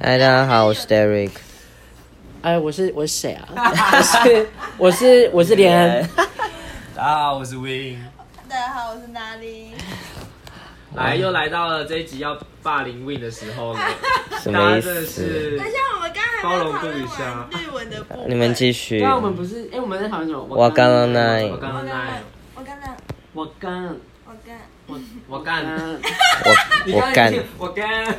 嗨，大家好，我是 Derek。哎，我是我是谁啊？ 我是我是我是连恩。大家好，我是 Win，大家好，我是哪里？来又来到了这一集要霸凌 Win 的时候了，什大么家意真的思？是等一下，我们刚刚还没有讨论完日文的部分。你们继续对。啊，我们不是哎，我们在讨论什么？我刚刚那我刚我刚那刚，我刚刚，我刚我我我刚，干，刚我你我刚干刚，我干，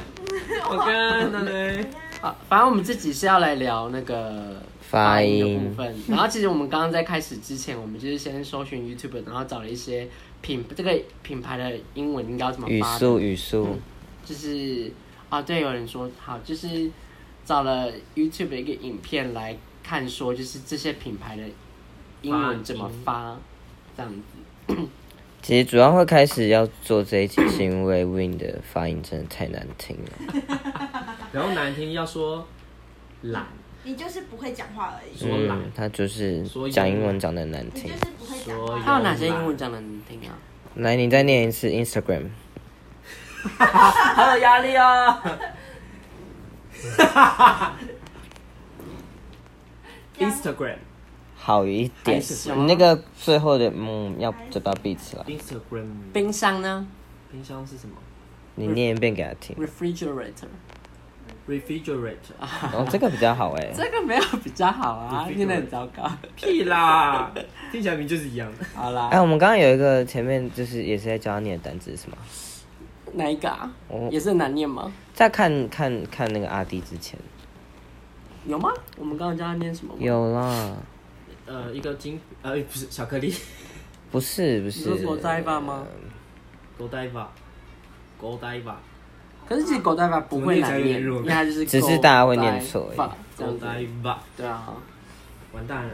我干了嘞，啊，反正我们这集是要来聊那个发音的音部，分。然后其实我们刚刚在开始之前，我们就是先搜寻 YouTube，然后找了一些品这个品牌的英文应该要怎么语发速的，语速，就是啊，对，有人说好，就是找了 YouTube 的一个影片来看，说就是这些品牌的英发文音怎么发，这样子。其实主要会开始要做这一集，是因为 Win 的发音真的太难听了。然后难听要说 懒，你就是不会讲话而已，说懒嗯，他就是讲英文讲的难你听就。是不会讲说话。还有哪些英文讲的难听啊？来，你再念一次 Instagram。好有压力哦。Instagram 好一点， Instagram 你那个最后的嗯，要嘴巴闭起来。 Instagram 冰箱呢冰箱是什么你念一遍给他 听。 ？Refrigerator， ？Refrigerator 啊哦，这个比较好哎。这个没有比较好 啊， Refrigerator 念的很糟糕。屁啦，听起来名就是一样。好啦，哎，我们刚刚有一个前面就是也是在教你的单词是吗？哪一个啊我？也是很难念吗？在看看看那个阿弟之前，有吗？我们刚刚叫他念什么？，有啦，呃，一个金呃不是巧克力。 不是不你说是，狗呆吧吗？呃 Godiva Godiva 可是其实狗呆吧不会难念，怎么念才有点弱因为它就是嗯只是大家会念错而已狗呆吧 Godiva，这样子。对啊，完蛋了。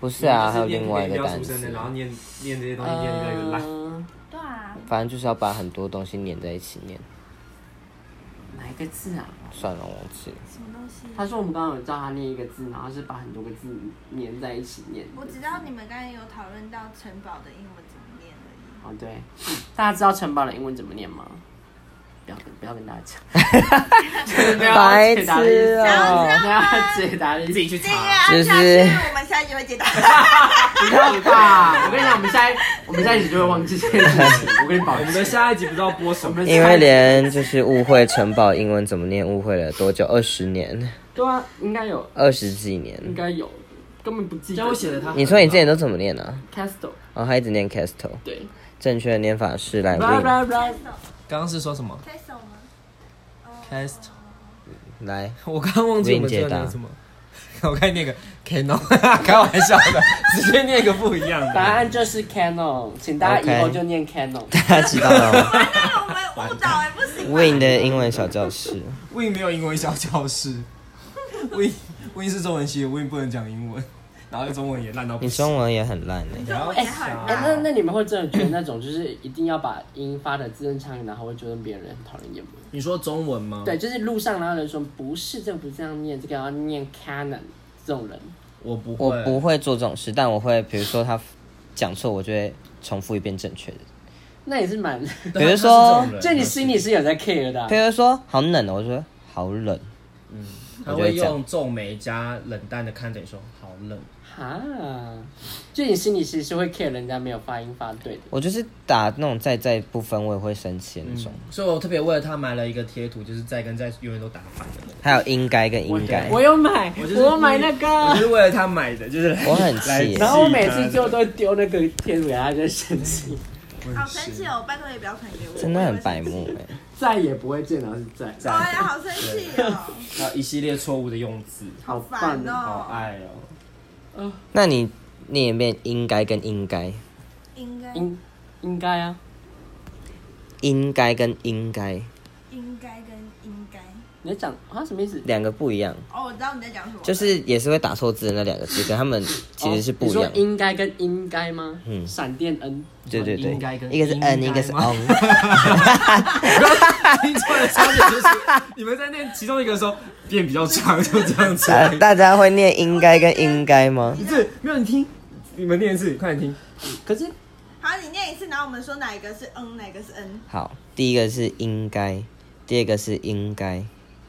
不是啊，还就有是念另外一念个标单出身的，词，然后念念这些东西念一个烂。嗯对啊，反正就是要把很多东西粘在一起念。哪一个字啊？算了，我忘记了。什么东西？他说我们刚刚有叫他念一个字，然后是把很多个字粘在一起念。我知道你们刚刚有讨论到城堡的英文怎么念而已。哦，对，大家知道城堡的英文怎么念吗？不要跟不要跟大家 讲， 白痴不哦要解答的意思，不要解答的意你思，自己去这个查，啊就按是哎下去，我们下一集会解 答。不要吧！我跟你讲，我们下一我们下一集就会忘记这件事情，我跟你保我们证的。下一集不知道播什我么 们。因为连就是误会城堡英文怎么念，误会了多久？二十年，对啊，应该有，二十几应年。该有，根本不记得。教我写的他，你说你之前都怎么念呢、啊？ Castle 然、哦、后他一直念 castle，对正确的念法是来 blah win， blah blah，刚刚是说什么 开手吗？哦？Cast，来 我刚刚忘记我 Win 们这解个答念什么。 我看那个 Canon，开 玩笑的，直接念一个不一样答的。案就是 Canon，请大家以后 OK 就念 Canon。大家知道了吗完了，我们误导哎，不 行。 ？win 的英文小教室， Win 没有英文小教室，Win Win 是中文系的，Win 不能讲英文，然后中文也烂到不你行。中文也很烂哎、中文也好哎、难。那那你们会真的觉得那种就是一定要把音发的字正腔圆，然后会觉得别人很讨人厌吗？你说中文吗？对，就是路上然后有人说不是，这个不是这样念，这个要念 Canon 这种人，我不我不会做这种事，但我会，比如说他讲错，我就会重复一遍正确的。那也是 蛮，比如说，啊就你心里是有在 care 的啊、比如说好冷哦，我就说好冷，他我就会会讲用皱眉加冷淡的看着你说：“好冷。哈，就你心里其实是会 care 人家没有发音发对的。我就是打那种在在不分，我也会生气的那种。”所以，我特别为了他买了一个贴图，就是在跟在永远都打反的。还有应该跟应该，我有买，我就是有买那我就个，是为了他买的，就是来我很气来然后我每次就都丢那个贴图给他，就生气，好生气哦！拜托也不要传给我，真的很白目哎、再也不会见到是在。我也生气。哎呀，好生气哦！还有一系列错误的用字，好好烦棒好哦！爱哦。那你念一遍应该跟应该，应该应应该啊，应该跟应该应该跟应该。你在讲啊什么意思？两个不一样，哦，我知道你在讲什么了。就是也是会打错字的那两个字，跟他们其实是不一哦样你。说应该跟应该吗？嗯闪电 N，对对对应该，跟一个是应该 n，一个是吗 on。听错的差点就是你们在念其中一个的时候变比较长，就这样 子。 大大家会念应该跟应该吗？不是，没有你听，你们念一次，快点听。可是好，你念一次，然后我们说哪一个是嗯，哪一个是嗯。好，第一个是应该，第二个是应该，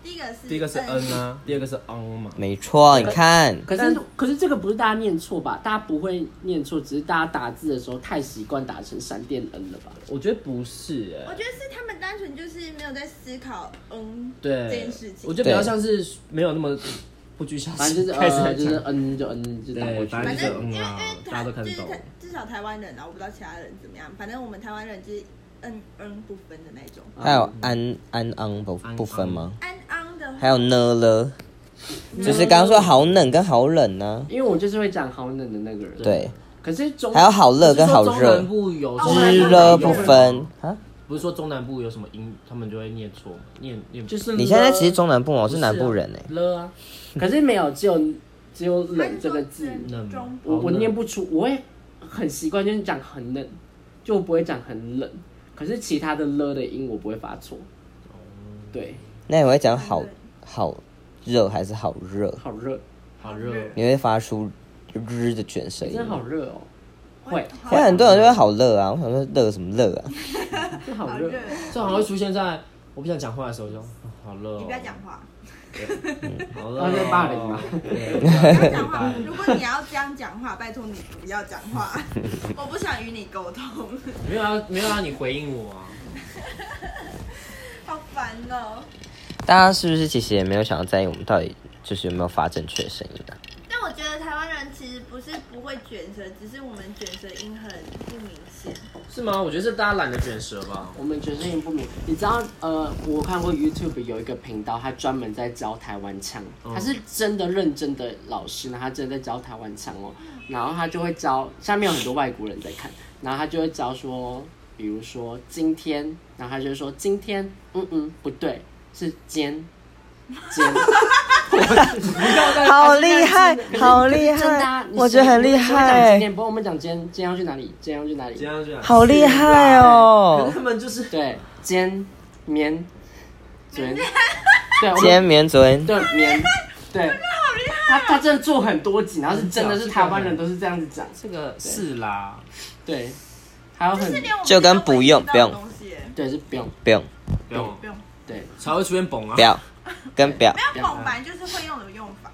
第一个是第一个是 n 啊，第二个是 on 嘛。没错，你看，可是可是这个不是大家念错吧？大家不会念错，只是大家打字的时候太习惯打成闪电 N 了 吧？我觉得不是、我哎，觉得是他们单纯就是没有在思考嗯对，这件事情我觉得比较像是没有那么不拘小反正节，就是开始在呃，就讲是 N 就 N 就打过对。去反反正正因就为因是嗯啊为大家台都就看得是懂台至少台湾人啊，我不知道其他人怎么样，反正我们台湾人就是嗯嗯不分的那种。还有安安昂不不分吗？安安的还有呢了，就是刚刚说好冷跟好冷呢、因为我就是会讲好冷的那个人。，对，可是中还有好热跟好中热南，部有哦知了不分啊。不是说中南部有什么音，他们就会念错，念念就是你现在其实了中南部嘛，我我是南部人哎、了啊，可是没有，只有只有冷这个 字，冷中我好我冷念不出，我会很习惯就是讲很冷，就我不会讲很冷。可是其他的了的音我不会发错。哦对，那你会讲好好热还是好热？好热，好热，哦你会发出日的卷舌真音的。好热哦，会，现在很多人就会好热啊，我想说热什么热啊？真的好好热热，，这好像会出现在我不想讲话的时候就，哦好热、哦，你不要讲话，好热、哦，他在霸凌吗不对？要讲话。如果你要这样讲话，拜托你不要讲话，我不想与你沟通，没有啊，没有让你回应我啊。好烦哦。大家是不是其实也没有想要在意我们到底就是有没有发正确的声音啊？但我觉得台湾人其实不是不会卷舌，只是我们卷舌音很不明显。是吗？我觉得是大家懒得卷舌吧。我们全身音不明。你知道，呃，我看过 YouTube 有一个频道，他专门在教台湾腔，他是真的认真的老师呢，他真的在教台湾腔哦。然后他就会教，下面有很多外国人在看，然后他就会教说，比如说今天，然后他就说今天，嗯嗯，不对，是尖尖。 好厉害，好厉真的啊、害你，谁我觉得很厉谁会讲今害，天，不过我们讲今天，今天要去哪里？今天要去哪里？样就好厉害可哦是！他们就是对，肩、棉、 嘴，对，我们今天棉尊，对 棉，对，他他真的做很多集，然后是真的是台湾人都是这样子讲，这个是啦，对，还有很是连我们就跟不用都会知道的东西耶对是不用不用不用不用，对，才会出现蹦啊。不要，跟不要，没有本来就是会用的用法。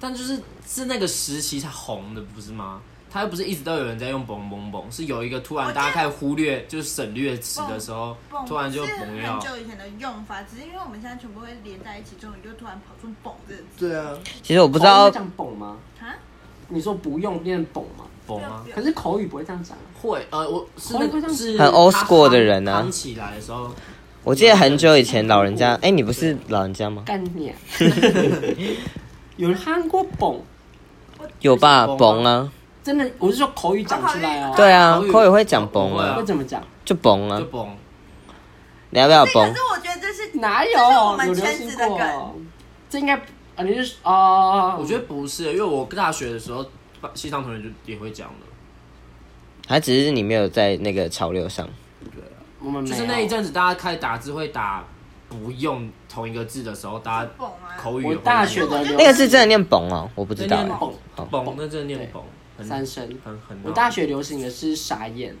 但就是是那个时期才红的，不是吗？他又不是一直都有人在用蹦蹦蹦，是有一个突然大家开始忽略，就是省略词的时候，蹦突然就是蹦要很。久以前的用法，只是因为我们现在全部会连在一起，终于就突然跑出“蹦”这个 字对啊，其实我不知道口语会这样蹦吗？啊，你说不用变成蹦吗？蹦啊不，要可是口语不会这样讲啊，会呃，我是口语会这那样是很 old school 的人啊刚起来的时候，我记得很久以前老人家，哎、你不是老人家吗？干你啊！ 有人喊过蹦，有吧，崩崩啊，真的，我是说口语讲出来哦。对啊口，语口语会讲崩不会啊啊，会怎么讲？就崩啊就，蹦。你要不要对，可崩是？我觉得这是哪有？这是我有们流圈行子的过梗，哦？这应该啊，你是哦，我觉得不是，因为我大学的时候，西藏同学就也会讲的。还只是你没有在那个潮流上，我们没就有是那一，阵子，大家开始打字会打不用同一个字的时候，大家是蹦啊口语也我会大学的流那个字真的念崩哦，我不知念道、念哎蹦好蹦，那真的念蹦，很三声。很很。我大学流行的是傻眼，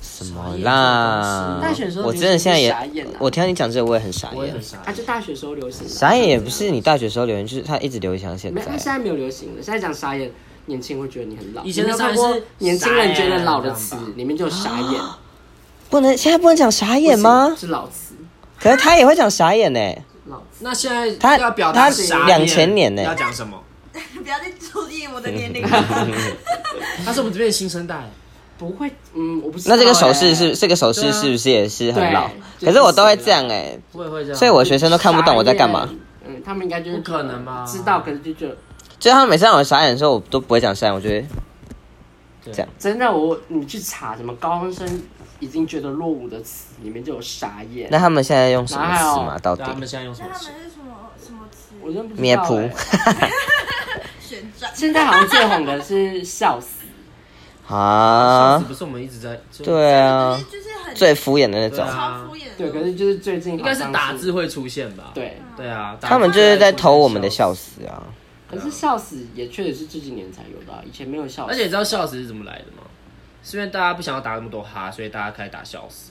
什么啦？大学的时候我真的现在也流行是傻眼啊，我听到你讲这个我也很傻我也很眼。傻啊，，就大学时候流行的。傻眼也不是你大学时候留言，就是他一直留言到现没有，他现在。在没有流行了。现在讲傻眼，年轻会觉得你很老。以前的你有没有傻眼看过是年轻人觉得老的傻词眼这样吧里面就有傻眼，不能现在不能讲傻啊眼不吗行？是老词，可是他也会讲傻眼呢、老词。那现在他要表达他傻眼2000年呢要讲什么？不要再注意我的年龄。啊 他是我们这边的新生代，不会，嗯，我不知道那欸。这个手势是这个手对势啊是不是也是很老？对可是我都会这样哎、我也会这样。所以我学生都看不懂我在干嘛傻。眼。嗯，他们应该就是不可能吧知道，可是就觉得就是他们每次让我傻眼的时候，我都不会讲傻眼，我觉得对这样真的我你去查什么高中生已经觉得落伍的词里面就有傻眼那，他们现在用什么词哪嘛？有到底啊那他们现在用什那么他词？们是什么什么词？我真不知道咩噗欸旋转。现在好像最红的是笑死，啊上次？不是我们一直在就对啊，就是就是很最敷衍的那种对。啊超敷衍的。对，可是就是最近应好该像是打字会出现吧？对，对啊，他们就是在偷我们的笑。死啊！可是笑死也确实是这几年才有的啊、以前没有笑死。而且你知道笑死是怎么来的吗？是因为大家不想要打那么多哈，所以大家开始打笑死。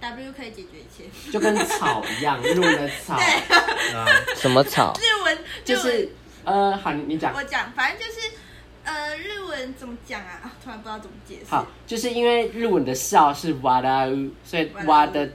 W 可以解决一 切。 就跟草一样，路的草，对啊，什么草？日文就日文是呃，好，你讲我。讲，反正就是呃，日文怎么讲啊？啊突然不知道怎么解释。好，就是因为日文的笑是哇啦呜，所以哇的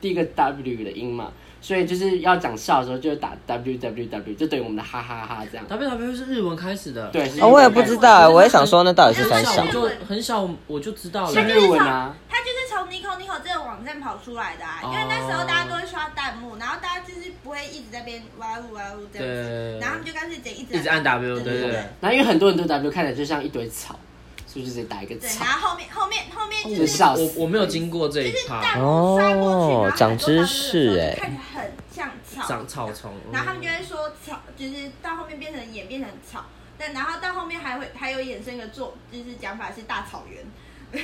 第一个 W 的音嘛，所以就是要讲笑的时候就打 W W W，就等于我们的哈哈哈这样。 W W 是日文开始的，对，，是哦，我也不知啊道，我也想说那到底是很三小小我。就很小我就知道是了。日文啊，它就是从 Nico Nico 这个网站跑出来的啊，因为哦那时候大家都会刷弹幕，然后大家就是不会一直在那边哇呜哇呜这样子，对然后他们就干脆直接一直一直按 W，对对对对。然后因为很多人对 W 看起来就像一堆草，所以就直接打一个对，草然。后后面后面后面就就是笑哦我死，我没有经过这一就是趴，弹幕刷过哦去，长知识哎欸，看起来很像草长，草丛，然后他们就会说草，就是到后面变成演变成草，但然后到后面还会还有衍生一个做，就是讲法是大草原，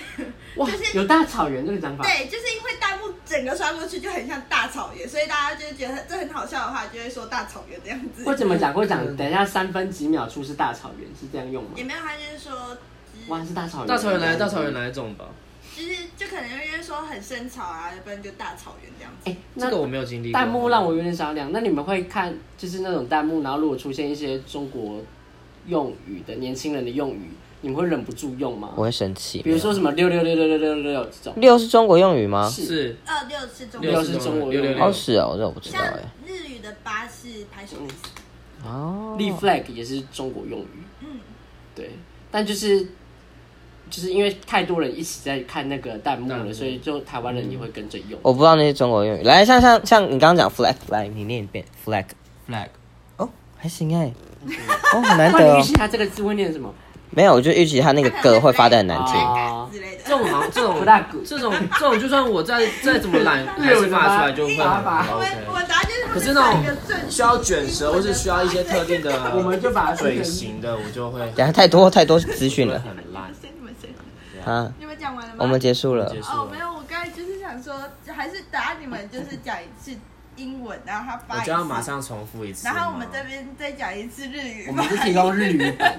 哇就，是有大草原这个讲法，对，就是因为弹幕整个刷过去就很像大草原，所以大家就觉得这很好笑的话，就会说大草原这样子。会怎么讲？会讲等一下三分几秒处是大草原，是这样用吗？也没有，他就是说，就是哇，是大草原，嗯大草原来，大草原。来这种吧，就是就可能就是说很生草啊，要不然就大草原这样子。哎、这那个我没有经历过。弹幕让我有点少量。那你们会看，就是那种弹幕，然后如果出现一些中国用语的年轻人的用语，你们会忍不住用吗？我会生气。比如说什么六六六六六六六六这种，六是中国用语吗？是二六是中六国，是中国六六用语哦，六，是哦，这我不知道像哎。日语的八是拍手意思。哦，立 flag 也是中国用语，嗯，对。但就是就是因为太多人一起在看那个弹幕弹幕了，所以就台湾人也会跟着用。我不知道那是中国用语。来，像像像你刚刚讲 flag，来你念一遍 flag。 flag 哦，还行哎。哦，很难那得 你预哦。期它这个字会念什么？没有，我就预期他那个歌会发的很难听。哦之类的。这种好像这种 Flag 这种这种就算我再再怎么懒，还是发出来就会发吧很我哦 OK。我答案就是他可们是那上种一个正需要卷舌或是需要一些特定的我们就把它嘴型的，我就会等下太多太多资讯会 了很烂。谁你们谁？啊！你们讲完了吗？我们结束了结。束哦，了没有，我刚才就是想说，还是答案你们就是讲一次英文，然后他我发一就次，要马上重复一次吗。然后我们这边再讲一次日语我吧们。是提供日语版，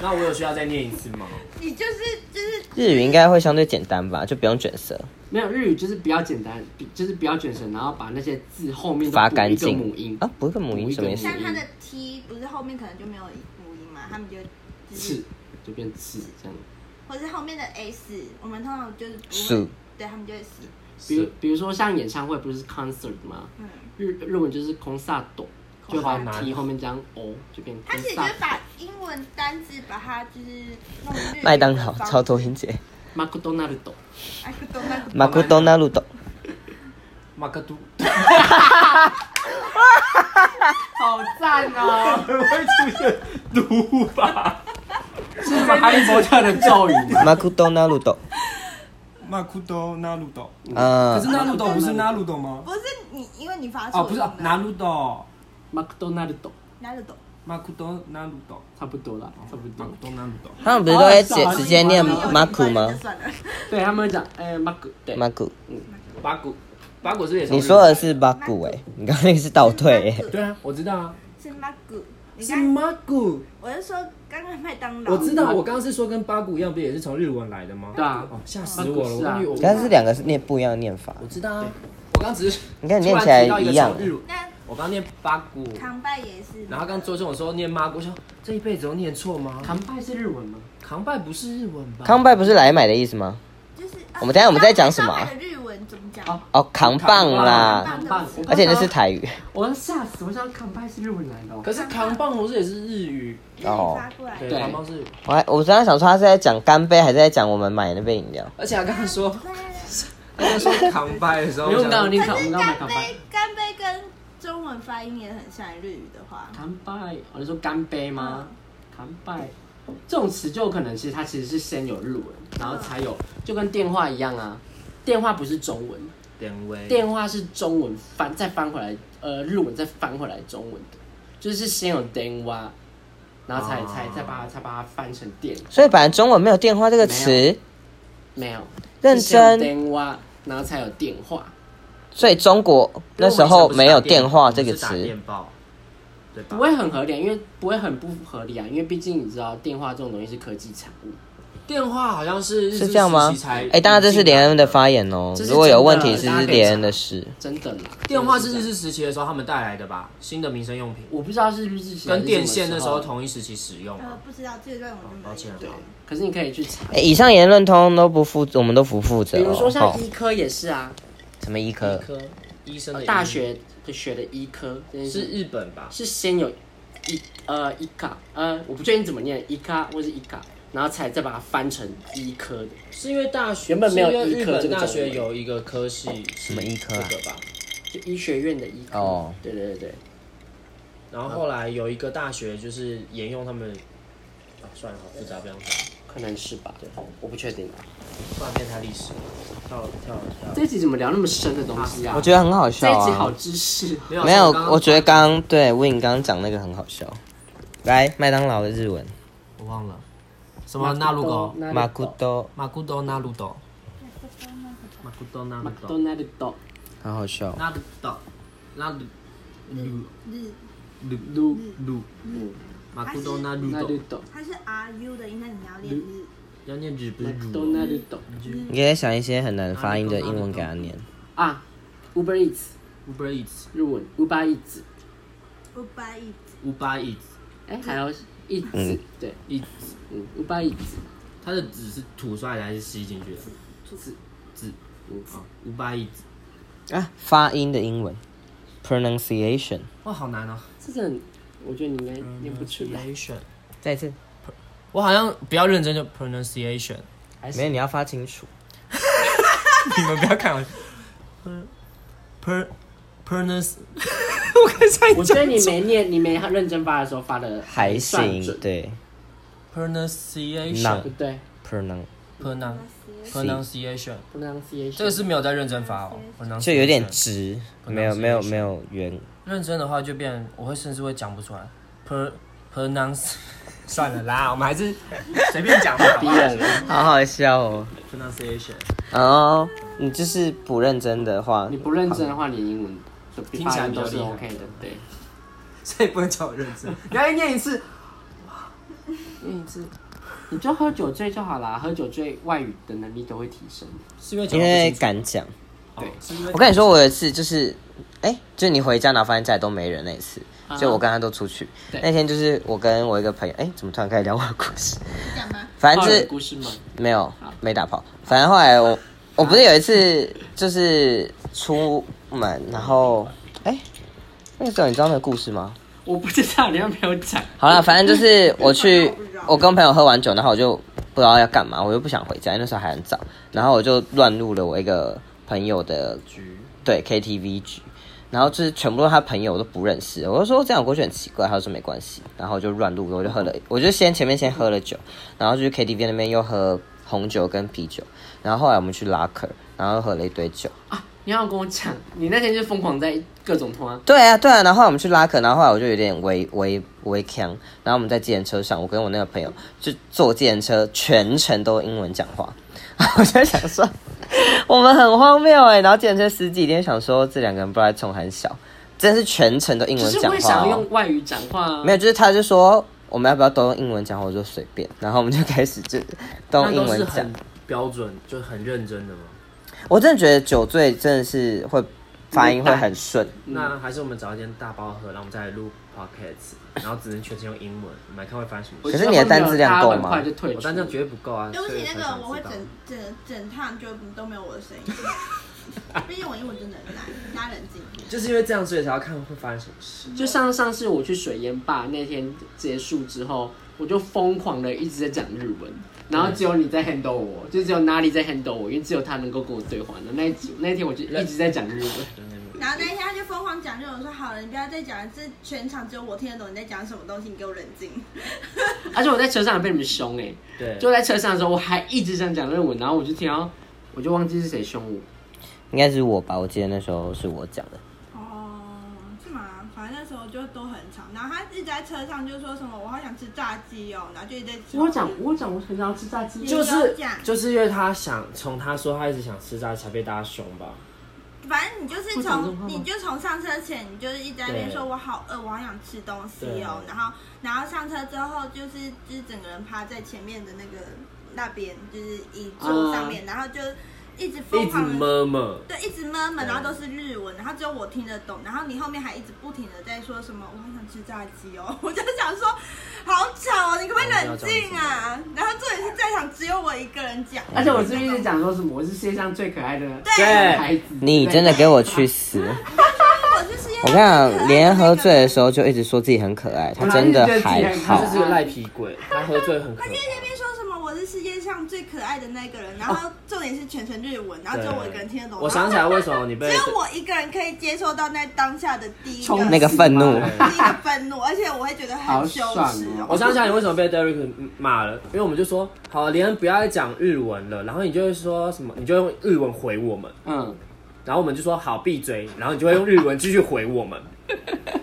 那我有需要再念一次吗？你就是就是日语应该会相对简单吧，就不用卷舌。没有日语就是比较简单，比就是比较卷舌，然后把那些字后面都发补干一个净母音哦啊，不是母音什么意思像？像他的 T 不是后面可能就没有母音嘛，他们就就是刺，就变刺这样。或是后面的 S，我们通常就是不是会，对他们就是比如比如说像演唱会不是 concert 吗？嗯，日日文就是 concert，就把 t 后面加 o 就变他其实就是 concert。把英文单字把它就是弄日语的麦当劳方式超多音节， 马克多纳鲁多，哎不懂那马库东纳路东，马克都，好赞 哦！会出现毒吧？是什么哈利波特的咒语 吗？马库东纳路东。马库多纳鲁斗，可嗯是，纳鲁斗不是纳鲁斗吗？不是你，因为你发错哦，音不是了啊纳鲁斗，马克多纳鲁多，哪里懂？马库多纳鲁斗，差不多啦，差不马多库。多纳鲁斗。他们不是都会哦是直啊直接念马库吗就？算了，对他们会讲，哎，马克，对，马库，八股，八股是不是也从你说的是马库哎，你刚刚那个是倒退哎。对啊，我知道啊，是马古。你是看，马古。我是说刚刚麦当劳，我知道，我刚刚是说跟八股一样，不也是从日文来的吗？对啊哦，吓死我了！我是啊跟你我但是两个是念不一样的念法，我知道啊，我刚只是你看你念起来突然提到个一样从。日文，那我刚念八股，康拜也是，然后刚周正我说念妈姑，我想这一辈子都念错吗？扛拜是日文吗？扛拜不是日文吧？欸康拜不是来买的意思吗？就是我们等一下我们在讲什么啊康拜的日文怎么讲？哦哦，扛棒啦，扛棒，啊而且那是台语。我吓死，我想扛拜是日文来的哦。可是扛棒不是也是日语？日语发过来。对，对扛棒是，我还我刚刚想说他是在讲干杯，还是在讲我们买那杯饮料？而且他刚刚说 对刚刚说扛拜的时候，没有我想刚说刚你可扛，是我刚买干扛拜杯，，干杯跟中文发音也很像日语的话，干拜，我是说干杯吗？嗯干拜，这种词就有可能其实它其实是先有日文，然后才有，就跟电话一样啊。电话不是中文，典韦，电话是中文翻再翻回来，呃，日文再翻回来中文的，就是先有电话，然后才、哦才才把它才把它翻成电，所以本来中文没有电话这个词，没有认是先有真。电话，然后才有电话。所以中国那时候没有电话这个我们是打词，电报，对吧不？会很合理啊，因为不会很不合理啊，因为毕竟你知道电话这种东西是科技产物，电话好像是日治是这样吗时期才？哎，当然这是连恩的发言哦这。是如果有问题，真是的大家可以连恩的事。真的啦。电话是日治时期的时候他们带来的吧？新的民生用品我不知道是日治时代跟电线的那时候，同一时期使用呃啊。，不知道这段我就没抱歉，对，可是你可以去查，哎，以上言论通通都不负，我们都不负责比哦。如说像哦医科也是啊，什么医科医，科医生呃的大医学的学的医科这件事是日本吧？是先有一呃一卡呃，我不确定怎么念一卡或是一卡，然后才再把它翻成医科的。是因为大学原本没有是因为医日科这本个大专学业有一个科系什么医科啊这个吧？就医学院的医科。哦对对对对，然后后来有一个大学就是沿用他们，啊，算了，好复杂，不想讲，可能是吧。对，我不确定。突然变太历史了，跳了跳了跳了。这一集怎么聊那么深的东西啊？我觉得很好这笑一集好啊。知识。没有没有刚，刚我觉得刚刚对 Win 刚刚讲那个很好笑。来，麦当劳的日文，我忘了什啊么纳鲁狗，马古多，马古多纳鲁斗，马古多纳马鲁克多斗，纳的豆很好笑。纳鲁斗，纳鲁日鲁鲁鲁鲁马古多纳鲁纳斗的，豆它是 R U 的音，那你要练日。要念日不马是克多鲁纳哦。的豆你可以想一些很难发音的英文给他念。啊，Uber Eats Uber Eats，日文 Uber Eats，五百一，乌巴 Eats，哎，还有 Eats，、嗯对， Eats，嗯，Uber Eats，它的籽是吐出来的还是吸进去的？字籽嗯啊，乌巴 Eats，啊，发音的英文，pronunciation。哇，好难哦。这个很我觉得你应该念不出来， pronunciation，再一次，我好像比较认真就 pronunciation， 还没是有，你要发清楚。你们不要看我，per pronunci，我看上 我觉得你没 念，你没认真发的时候发的还算行准，，对 pronunciation 那对不对，pronoun pronoun pronunciation， ？pronunciation 这个是没有在认真发哦，pronunciation 就有点直， Pronunciation 没有没有没有圆。认真的话就变，我会甚至会讲不出来，per pronounce，算 了啦，我们还是随便讲吧好不逼好人了，好好笑哦。 pronunciation，哦，你就是不认真的话你，不认真的话，你英文的听起来发音都比是较厉害 OK 的，对。所以不能叫我认真，你要念一次，念一次，你就喝酒醉就好啦，喝酒醉外语的能力都会提升。是因为讲因不为清楚敢讲。对，是因为我跟你说，我有一次就是，哎、就你回家然后发现家里都没人那一次，啊就我跟他都出去。啊对那天就是我跟我一个朋友，哎、怎么突然开始聊我的故事？讲吧。反正就二是人故事吗？没有，没打炮。反正后来我，我不是有一次就是出门，然后哎、那个时候你知道那个故事吗？我不知道你有没有讲。好了，反正就是我去，我跟朋友喝完酒，然后我就不知道要干嘛，我又不想回家，因为那时候还很早，然后我就乱入了我一个朋友的局，对 KTV 局，然后就是全部都是他朋友，我都不认识。我就说这样我过去很奇怪，他就说没关系，然后就乱入，我就喝了，我就先前面先喝了酒，然后就去 KTV 那边又喝红酒跟啤酒，然后后来我们去拉客，然后又喝了一堆酒。你要跟我讲，你那天就疯狂在各种通啊，对啊，对啊，然后我们去拉客，然后后来我就有点微微微呛，然后我们在计程车上，我跟我那个朋友就坐计程车，全程都英文讲话，我就想说我们很荒谬哎、然后计程车司机一定想说这两个人不知道在冲很小，真是全程都英就文是讲会话、想要哦，用外语讲话啊。没有，就是他就说我们要不要都用英文讲话，我就说随便，然后我们就开始就都那用英都是文讲很，标准，就很认真的嘛。嗯我真的觉得酒醉真的是会发音会很顺，那还是我们找一间大包盒，然后我们再来录 podcast，然后只能全程用英文，我们来看会发生什么我事。可觉是得你的后面单字量够吗大家很快就退出我单量绝对不够啊！对不起，所以那才想个我会知道整整整趟就都没有我的声音， 毕竟我英文真的很烂，大家冷静。就是因为这样，所以才要看会发生什么事。就上上次我去水淹坝那天结束之后，我就疯狂的一直在讲日文，然后只有你在 handle 我，就只有哪里在 handle 我，因为只有他能够跟我对话的那一集那一天我就一直在 讲日文，然后那一天他就疯狂讲，就我说好了，你不要再讲了，这全场只有我听得懂你在讲什么东西，你给我冷静。而且我在车上还被你们凶哎、欸对，就在车上的时候我还一直想讲日文，然后我就听到我就忘记是谁凶我，应该是我吧，我记得那时候是我讲的。哦，是吗？反正那时候就都很吵，然后他一直在车上就说什么我好想吃炸鸡哦，然后就一直在吵我有讲我有讲我很想要吃炸鸡，你就不要是这样就是因为他想从他说他一直想吃炸鸡，才被大家凶吧？反正你就是会讲这种话从吗你就从上车前，你就是一直在那边对说我好饿，我好想吃东西哦。对然后然后上车之后，就是就是整个人趴在前面的那个那边，就是椅啊桌上面，然后就一直一疯直狂的。 murmur，对，一直闷闷，然后都是日文，然后只有我听得懂，然后你后面还一直不停的在说什么，我好想吃炸鸡哦， 我就想说，好吵哦，你可不可以冷静啊？然后这里是在场只有我一个人讲，哎而且我是不是一直讲说什么我是世界上最可爱的对孩子？你真的给我去死！我是世界上我最跟你讲，可爱的那个连恩喝醉的时候就一直说自己很可爱，他真的还他好是。这个赖皮鬼，他喝醉很可他就在那边说什么我是世界上最可爱的那个人，然后重点是全程日文，然后只有我一个人听得懂。我想起来为什么你然被后只有我一个人可以接受到那当下的第一个冲那个愤怒，第一个愤怒，而且我会觉得好很羞爽耻哦我想起来你为什么被 Derek 骂了，因为我们就说好，连恩不要再讲日文了，然后你就会说什么，你就用日文回我们，嗯，然后我们就说好闭嘴，然后你就会用日文继续回我们，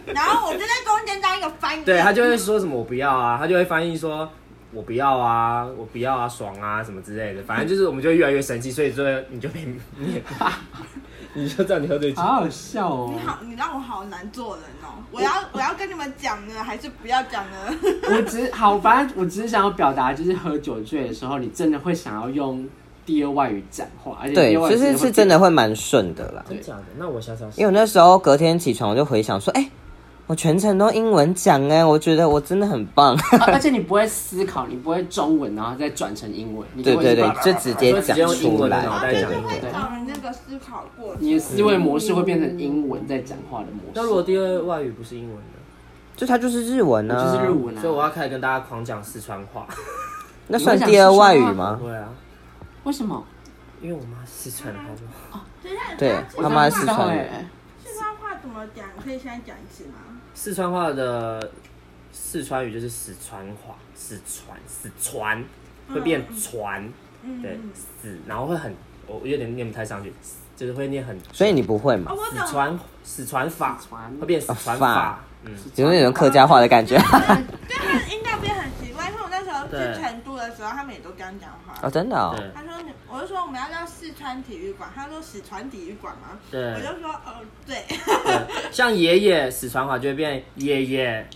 然后我就在中间当一个翻译，对他就会说什么我不要啊，他就会翻译说我不要啊，我不要啊，爽啊什么之类的，反正就是我们就会越来越生气，所以说你就被 你你就这样你喝醉酒，好好笑哦你。好，你让我好难做人哦！我要我要跟你们讲呢，还是不要讲呢？我只好，反正我只是想要表达，就是喝酒醉的时候，你真的会想要用第二外语讲话，而且对第二，外语就是是真的会蛮顺的啦。真假的？那我想想，因为我那时候隔天起床，我就回想说，哎、我全程都英文讲哎、我觉得我真的很棒。 啊而且你不会思考，你不会中文，然后再转成英文，你就对会对对叭叭，叭就直接直讲接用英出文的来脑然后袋 就讲 是英文会。找人那个思考过程。你的思维模式会变成英文在讲话的模式。那如果第二外语不是英文呢？就它就是日文呢、就是日文啊，所以我要开始跟大家狂讲四川话。那算第二外语吗？对啊，为什么？因为我妈是四川人，好不好？就是他对他他妈是四我不知道川人欸这段话怎么讲？可以现在讲一次吗？四川话的四川语就是四川话，四川四川会变传，嗯对嗯，四，然后会很我我有点念不太上去，就是会念很所以你不会嘛 哦，？我四懂了。川四川法四川会变四川法法，嗯，有那种客家话的感觉。 对，他们音调变很奇怪，因为我那时候对去成都的时候，他们也都这样讲哦，话。真的哦。对他说你，我就说我们要到四川体育馆，他说四川体育馆吗？我对就说哦对，对，像爷爷四川话就会变爷爷，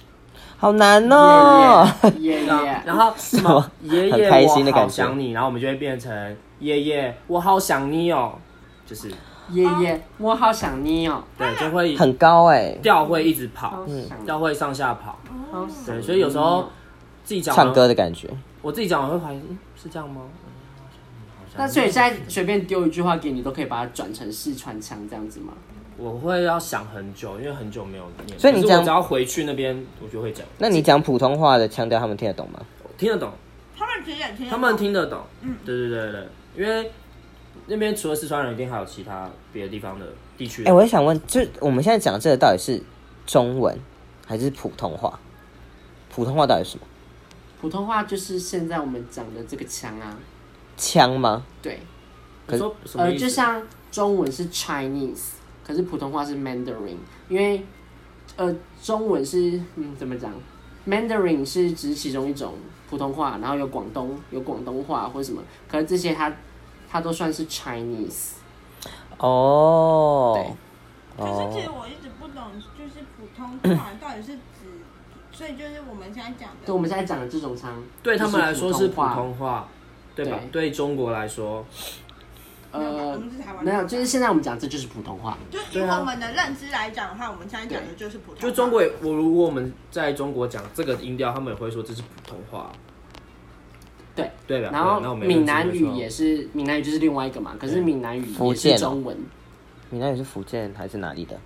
好难哦。耶耶然后耶，然后什么 么爷爷很开心的我好感觉想你，然后我们就会变成爷爷我好想你哦，就是耶耶，我好想你哦，啊对，就会 很高哎、调会一直跑好，嗯想调会上下跑。好想对，你所以有时哦候自己讲完唱歌，的感觉。我自己讲我会怀疑，嗯，是这样吗？嗯好像那所以现在随便丢一句话给你，都可以把它转成四川腔这样子吗？我会要想很久，因为很久没有念。所以你可是这我样只要回去那边，我就会讲，那你讲普通话的腔调，他们听得懂吗？我听得懂， 他们其实也听嗯得懂，他们听得懂。对对对对，因为那边除了四川人，一定还有其他别的地方的地区哎、人。我也想问，就我们现在讲的这个到底是中文还是普通话？普通话到底是什么普通话就是现在我们讲的这个腔啊，腔吗？对，你说什么呃，意思？就像中文是 Chinese，可是普通话是 Mandarin，因为呃，中文是嗯怎么讲，Mandarin 是只是其中一种普通话，然后有广东有广东话或者什么，可是这些它它都算是 Chinese，哦，对可是其哦实，我一直不懂，就是普通话到底是指，所以就是我们现在讲对的我们现在讲的这种腔，对他们来说是普普通话通话，对吧？对中国来说，没有吧，我呃们是台湾人没有，就是啊现在我们讲这就是普通话，就以我们的认知来讲的话，我们现在讲的就是普通话。就中国也，我如果我们在中国讲这个音调，他们也会说这是普通话。对对的。然对那后我们闽南语也是。是闽南语就是另外一个嘛，可是对闽南语也福是建哦中文，你那里是福建还是哪里的？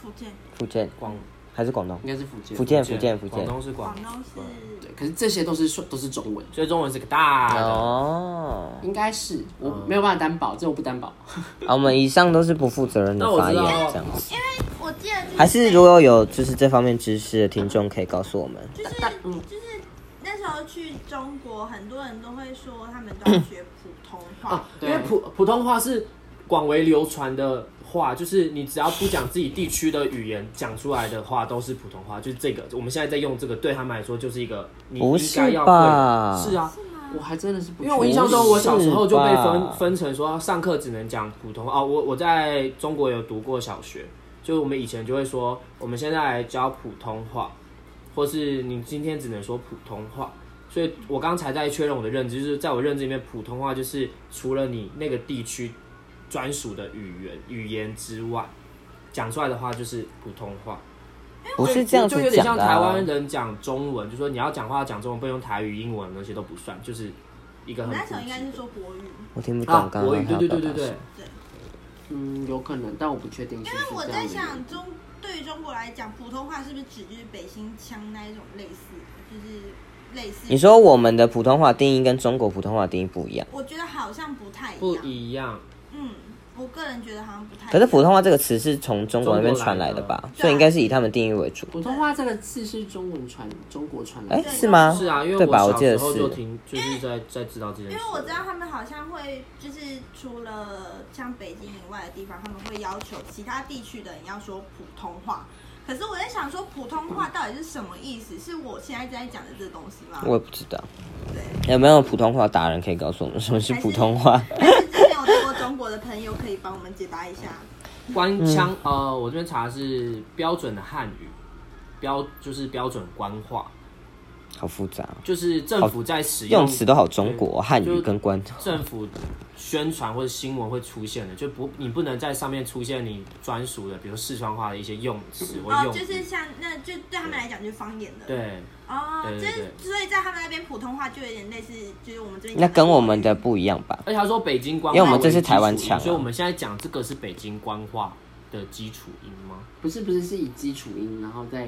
福建、福建广还是广东？应该是福建，福建，福建，福广建。东是广广东是对，可是这些都是说都是中文。所以中文是个大的。哦，应该是，我嗯没有办法担保，这我不担保。 啊，我们以上都是不负责任的那我发知道言，这样子。我记得就是还是如果有就是这方面知识的听众，可以告诉我们。就是但嗯就是那时候去中国，很多人都会说他们嗯都要学普通话啊，，因对为普普通话是广为流传的话，就是你只要不讲自己地区的语言，讲出来的话都是普通话，就是这个。我们现在在用这个，对他们来说就是一个你应不该是要吧会。是啊，我还真的是不因确定，为我印象中，我小时候就被不是分吧分成说上课只能讲普通哦，我我在中国有读过小学，就我们以前就会说，我们现在来教普通话，或是你今天只能说普通话，所以我刚才在确认我的认知，就是在我认知里面，普通话就是除了你那个地区专属的语言语言之外，讲出来的话就是普通话。不是这样子哎就有点讲像的、台啊湾。人讲中文，就说你要讲话讲中文，不用台语、英文那些都不算，就是一个我很那普及时候应该是的说国语，我听不懂啊，刚国刚语，他对对要表对达对什对么。嗯，有可能，但我不确定是因不是为我这在样的想中对于中国来讲，普通话是不是指就是北新腔那一种类似，就是类似？你说我们的普通话定义跟中国普通话定义不一样，我觉得好像不太一不样。一样。嗯，我个人觉得好像不太一样。可是普通话这个词是从中国那边中国来传的来的吧，对啊所以应该是以他们定义为主。普通话这个字是中文传中国传来哎、的，是吗？是啊，因为对吧我我小记时得候是就听，就是在在知道这件因事为。我知道他们好像会，就是除了像北京以外的地方，他们会要求其他地区的人要说普通话。可是我在想说，普通话到底是什么意思？是我现在在讲的这个东西吗？我也不知道。有没有普通话达人可以告诉我们什么是普通话？还是之前有来过中国的朋友可以帮我们解答一下？官腔，呃，我这边查的是标准的汉语，标就是标准官话，好复杂哦，就是政府在使用词都好中国哦，汉就语跟官。政府宣传或者新闻会出现的，就不你不能在上面出现你专属的，比如四川话的一些用词或哦，用语。就是像那就对他们来讲就是方言的。。对，哦，对就对是所以在他们那边普通话就有点类似，就是我们这边那跟我们的不一样吧？而且他说北京官话为基础音，因为我们这是台湾腔啊所以我们现在讲这个是北京官话的基础音吗？不是不是是以基础音，然后再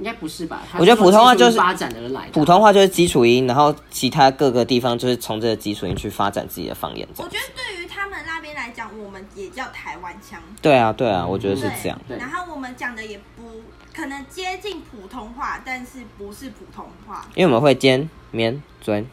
应该不是吧？它我觉得说普通话基础音就是发展而来的啊，普通话就是基础音，然后其他各个地方就是从这个基础音去发展自己的方言。这我样。觉得对于他们那边来讲，我们也叫台湾腔。对啊，对啊，我觉得是对，这样。对然后我们讲的也不可能接近普通话，但是不是普通话，因为我们会兼绵尊，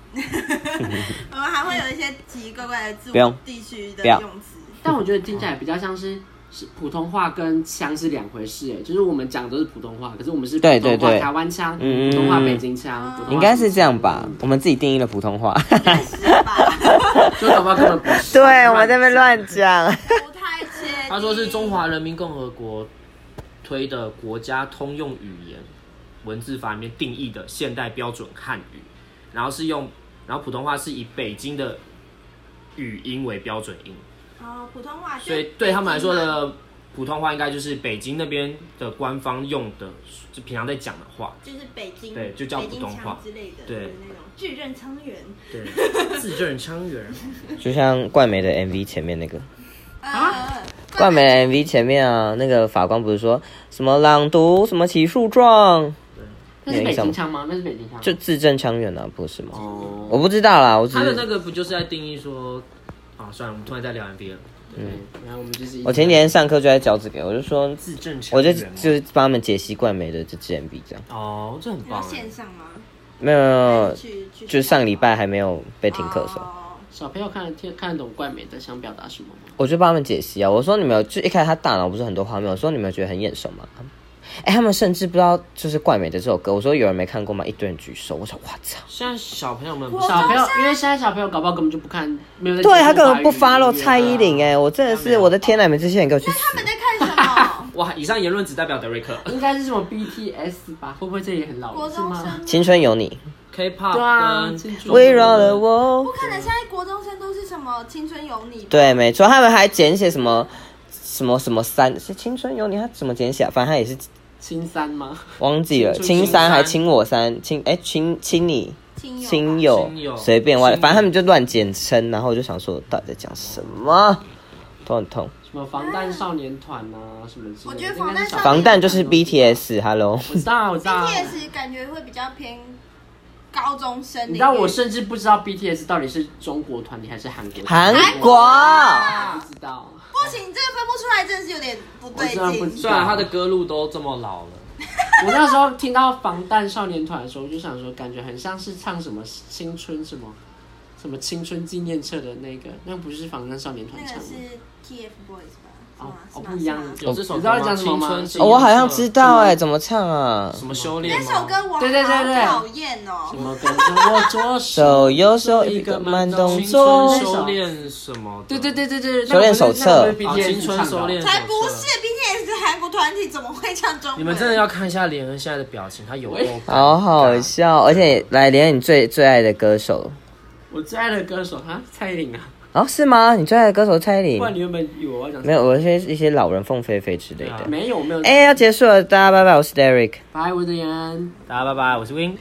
我们还会有一些奇奇怪怪的字不用母地区的不要用词。但我觉得听起来比较像是是普通话跟腔是两回事，哎，就是我们讲的都是普通话，可是我们是普对通对话对台湾腔，嗯嗯嗯普通话北京腔，普通话应该是这样吧？我们自己定义了普通话。应该是 吧？就搞不好根本不是。边乱讲。不太确定。他说是中华人民共和国推的国家通用语言文字法里面定义的现代标准汉语，然后是用，然后普通话是以北京的语音为标准音，哦，普通话就所以对他们来说的普通话应该就是北京那边的官方用的，就平常在讲的话，就是北京，对就叫北普京通话腔之类的，对就是那种字正腔圆。对，字正腔圆。就像冠梅的 MV 前面那个，啊，冠梅的 MV 前面啊，那个法官不是说什么朗读什么起诉状，那是北京腔吗？那是北京腔吗，就字正腔圆啊，不是吗？哦，我不知道啦，我只他的那是个不就是在定义说，啊，算了，我们突然在聊 MV 了，对，然后我们就是一直我前几天上课就在教这个，我就说，字正腔我就圆就嘛。是帮他们解析冠梅的这支 MV 这样，哦，这很你棒要哎。线上吗？没有没有，没有去去呃就上礼拜还没有被停课的时候。哦小朋友看得听看得懂冠美的想表达什么吗？我就帮他们解析啊，我说你们有，就一开始他大脑不是很多画面，我说你们有觉得很眼熟吗？哎、他们甚至不知道就是怪美的这首歌，我说有人没看过吗？一堆人举手，我说我操，现在小朋友们不我是小朋友，因为现在小朋友搞不好根本就不看，没有在对接触他根本不华语音乐 follow 啊蔡依林哎、我真的是我的天哪，你们这些人给我去他们死！哦在看什么？哇，以上言论只代表德瑞克。应该是什么 BTS 吧？会不会这也很老国是中吗？生青春有你，对啊 K-pop 跟青春围绕了我不。可能，现在国中生都是什么青春有你？，对，没错，他们还简写什么什么什么三，是青春有你，他怎么简写、啊？反正他也是青三吗？忘记了，青亲青三还三亲我三，亲哎亲亲你。亲友吧亲友亲友随便外，亲友反正他们就乱简称，然后我就想说到底在讲什么，头很痛。什么防弹少年团啊，什么之类的。我觉得防弹少年防弹就是 B T BTS，Hello，我知道，我知道。 BTS 感觉会比较偏高中生领域。你知道我甚至不知道 BTS 到底是中国团体还是韩国韩团体？国我啊不知道。不行，这个分不出来，真的是有点不对我真的不知劲。虽然他的歌路都这么老了，我那时候听到防弹少年团的时候，我就想说，感觉很像是唱什么青春什么什么青春纪念册的那个，那不是防弹少年那团个唱的。是 TFBOYS 吧？是吗？哦，是吗不一样是吗。有这首你歌吗知道在讲什么青吗春是哦，我好像一知道哎，怎么唱啊个？什么修炼那吗？首歌我对对对对好讨厌哦什。么跟着我左手？手右手一个慢动青作春，修炼什么的？对对对对对，修炼手册啊，青春修炼。手册才不是，BTS 是韩国团体，怎么会唱中文？你们真的要看一下连恩现在的表情，他有喂够尴尬好好笑，而且来连你最最爱的歌手我最爱的歌手哈，蔡依林啊。哦，是吗？你最爱的歌手蔡依林不？然你原本以为我要讲嗯什没么有，我哎是一些老人凤飞飞之类对啊的。没有没有。哎、要结束了，大家拜拜，我是 Derek。拜，我的人。大家拜拜，我是 Win。